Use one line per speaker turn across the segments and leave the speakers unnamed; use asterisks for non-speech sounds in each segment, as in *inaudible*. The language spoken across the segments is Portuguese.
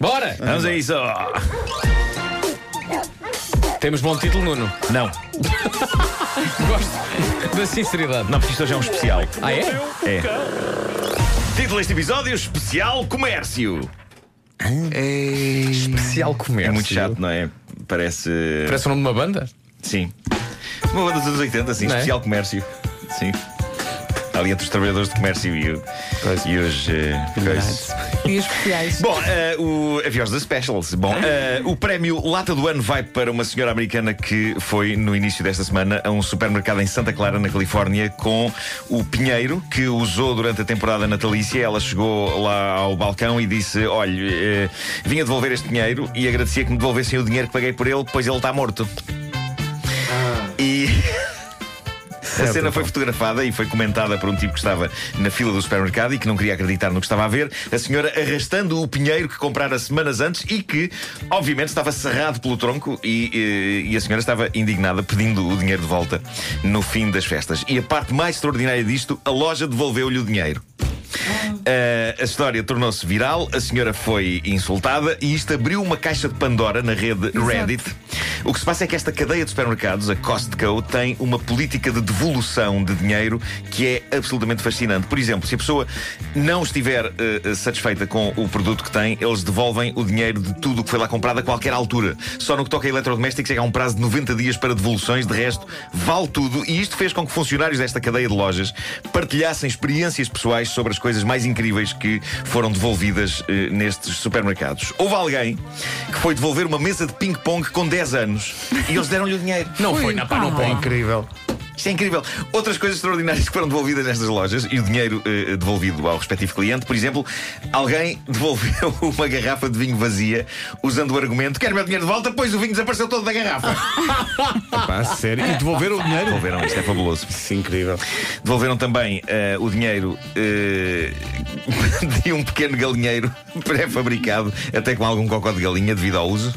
Bora!
Vamos a isso.
Temos bom título, Nuno.
Não,
Gosto da sinceridade.
não, porque isto hoje é um especial.
Ah, é?
É. Título deste episódio: Especial Comércio.
Especial comércio.
É muito chato, não é? Parece.
Parece o nome de uma banda?
Sim. Uma banda dos anos 80, assim,
Não é?
especial comércio. Sim. Ali entre os trabalhadores de comércio e, o- e os. eh, coisas.
*laughs* E os especiais.
Bom, eh, o Aviões da Specials. Bom, eh, o prémio Lata do Ano vai para uma senhora americana que foi no início desta semana a um supermercado em Santa Clara, na Califórnia, com o Pinheiro, que usou durante a temporada natalícia. Ela chegou lá ao balcão e disse: Olha, eh, vinha devolver este dinheiro e agradecia que me devolvessem o dinheiro que paguei por ele, pois ele está morto. E. *laughs* A cena foi fotografada e foi comentada por um tipo que estava na fila do supermercado e que não queria acreditar no que estava a ver. A senhora arrastando o pinheiro que comprara semanas antes e que, obviamente, estava cerrado pelo tronco e, eh, e a senhora estava indignada pedindo o dinheiro de volta no fim das festas. E a parte mais extraordinária disto, a loja devolveu-lhe o dinheiro. Uh, a história tornou-se viral, a senhora foi insultada e isto abriu uma caixa de Pandora na rede Reddit. O que se passa é que esta cadeia de supermercados, a Costco, tem uma política de devolução de dinheiro que é absolutamente fascinante. Por exemplo, se a pessoa não estiver eh, satisfeita com o produto que tem, eles devolvem o dinheiro de tudo o que foi lá comprado a qualquer altura. Só no que toca a eletrodomésticos é que há um prazo de 90 dias para devoluções, de resto, vale tudo. E isto fez com que funcionários desta cadeia de lojas partilhassem experiências pessoais sobre as coisas mais incríveis que foram devolvidas eh, nestes supermercados. Houve alguém que foi devolver uma mesa de ping-pong com 10 anos e eles deram-lhe o dinheiro.
Não foi,
Ui,
não, pá, não
pá.
põe.
Incrível.
Isto é incrível. Outras coisas extraordinárias que foram devolvidas nestas lojas e o dinheiro eh, devolvido ao respectivo cliente. Por exemplo, alguém *laughs* devolveu uma garrafa de vinho vazia usando o argumento: quero o meu dinheiro de volta, pois o vinho desapareceu todo da
*laughs*
garrafa.
Pá, sério. E devolveram o dinheiro?
Devolveram, isto é fabuloso.
Isso é incrível.
Devolveram também eh, o dinheiro eh, *laughs* de um pequeno galinheiro *laughs* pré-fabricado, até com algum cocó de galinha devido ao uso.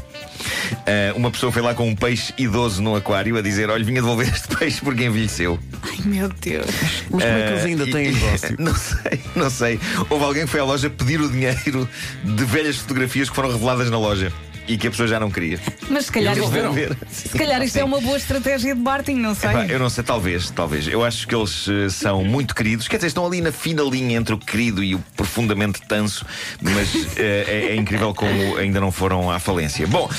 Eh, uma pessoa foi lá com um peixe idoso num aquário a dizer: Olha, vinha devolver este *laughs* peixe porque envelheceu.
Ai, meu Deus.
Mas como é que eles
Ah,
ainda
e-
têm
e-
negócio?
*laughs* Não sei, não sei. Houve alguém que foi à loja pedir o dinheiro de velhas fotografias que foram reveladas na loja e que a pessoa já não queria.
Mas se calhar,
Eles
isto, é
deram.
Ver.
se calhar isto é uma boa estratégia de marketing, não sei.
Epá, eu não sei, talvez, talvez. Eu acho que eles eh, são muito queridos. Quer dizer, estão ali na fina linha entre o querido e o profundamente tanso, mas eh, é, é incrível como ainda não foram à falência. Bom,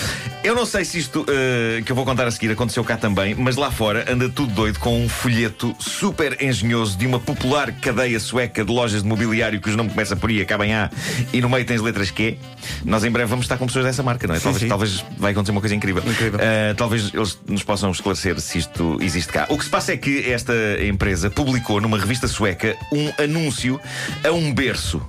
eu não sei se isto eh, que eu vou contar a seguir aconteceu cá também, mas lá fora anda tudo doido com um folheto super engenhoso de uma popular cadeia sueca de lojas de mobiliário que os nomes começam por I, acabam em A e no meio tens letras Q. Nós em breve vamos estar com pessoas dessa marca, não é? talvez,
sim.
talvez vai acontecer uma coisa incrível.
Incrível.
Uh, talvez eles nos possam esclarecer se isto existe cá. O que se passa é que esta empresa publicou numa revista sueca um anúncio a um berço.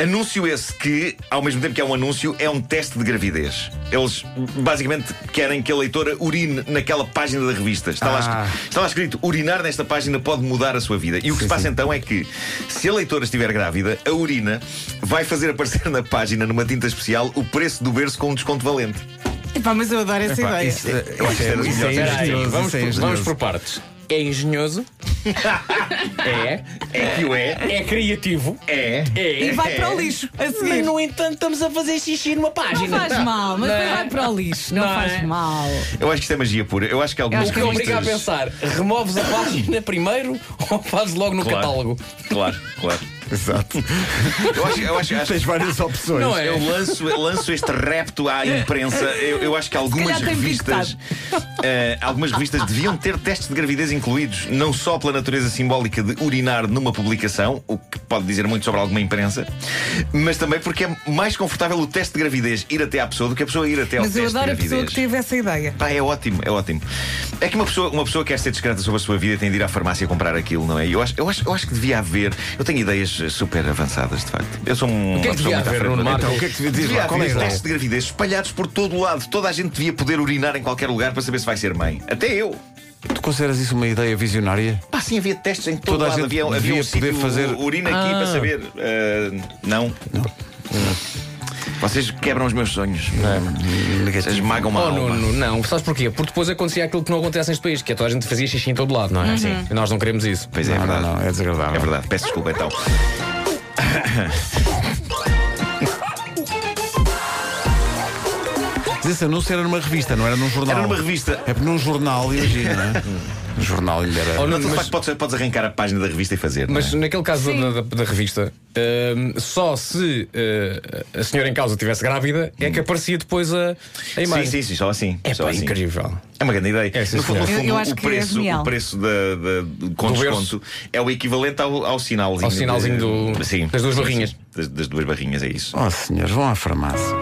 Anúncio esse que, ao mesmo tempo que é um anúncio, é um teste de gravidez. Eles basicamente querem que a leitora urine naquela página da revista. Está, lá,
Ah.
es- está lá escrito: urinar nesta página pode mudar a sua vida. E o que se passa então é que, se a leitora estiver grávida, a urina vai fazer aparecer na página, numa tinta especial, o preço do berço com um desconto valente.
Epá, mas eu adoro essa ideia.
Isso é-
Eu acho que era
isso é
melhor.
Espera aí,
engenhoso,
vamos,
isso é
por, vamos
engenhoso.
por partes. É engenhoso. *laughs* é.
É que o é.
É criativo.
É.
E vai para o lixo a seguir. Não,
entanto, estamos a fazer xixi numa página.
faz mal, mas depois vai para o lixo. é? Não,
Não
faz
é?
mal.
Eu acho que isto é magia pura. Eu acho que alguns
O que obriga a pensar, removes a página primeiro ou fazes logo no catálogo? Oh,
Claro, claro.
Exato.
Eu acho, eu acho,
*laughs*
acho
Tens várias opções.
Não é?
eu lanço, eu lanço este repto à imprensa. Eu, eu acho que algumas
calhar tem
revistas. eh, algumas revistas deviam ter testes de gravidez incluídos, não só pela natureza simbólica de urinar numa publicação, o que pode dizer muito sobre alguma imprensa, mas também porque é mais confortável o teste de gravidez ir até à pessoa do que a pessoa ir até ao
Mas eu
teste de
adoro a
gravidez.
pessoa que teve essa ideia.
Pá, é ótimo, é ótimo. É que uma pessoa, uma pessoa quer ser discreta sobre a sua vida e tem de ir à farmácia comprar aquilo, não é? Eu acho, eu acho, eu acho que devia haver. Eu tenho ideias eh, super avançadas, de facto. Eu sou um.
O que é
uma
que
pessoa
devia
muito à
haver,
frente
Nuno
da
Marco?
minha
O que é que devia dizer?
Devia
Qual é
haver
que não?
testes de gravidez espalhados por todo o lado. Toda a gente devia poder urinar em qualquer lugar para saber se vai ser mãe. Até eu.
Tu consideras isso uma ideia visionária?
Pá, sim, havia testes em todo
Toda a
lado.
gente
havia, havia
devia
um
poder
sítio,
fazer-
urina aqui
Ah.
para saber. Eh, não. Vocês quebram os meus sonhos.
é?
Vocês magam uma
Oh,
alma.
Nuno, não. Sabes porquê? Porque depois acontecia aquilo que não acontece neste país, que é toda a gente fazia xixi em todo lado,
Uhum.
não é? Sim. E nós não queremos isso.
Pois é, é
não, não,
verdade.
não, é desagradável.
É verdade, peço desculpa então.
esse anúncio era numa revista, não era num jornal.
Era numa revista.
É porque num jornal, imagina, não é? Um jornal ainda era.
Oh, não,
Mas, de
mas-
facto, podes, podes arrancar a página da revista e fazer. não é?
Mas naquele caso da, da- da revista, hum, só se uh, a senhora em causa estivesse grávida é que aparecia depois a, a imagem.
Hum. Sim, sim, sim, só assim.
É
só
pá,
assim.
incrível.
É uma grande ideia.
É, sim,
no fundo, no
senhor.
fundo,
Eu- eu acho
o
que é
preço,
genial.
o preço da, da- do- com
Do berço.
desconto é o equivalente ao, ao sinalzinho.
Ao sinalzinho
de-
do- das duas barrinhas.
sim. Das, das duas barrinhas, é isso.
Oh, senhores, vão à farmácia.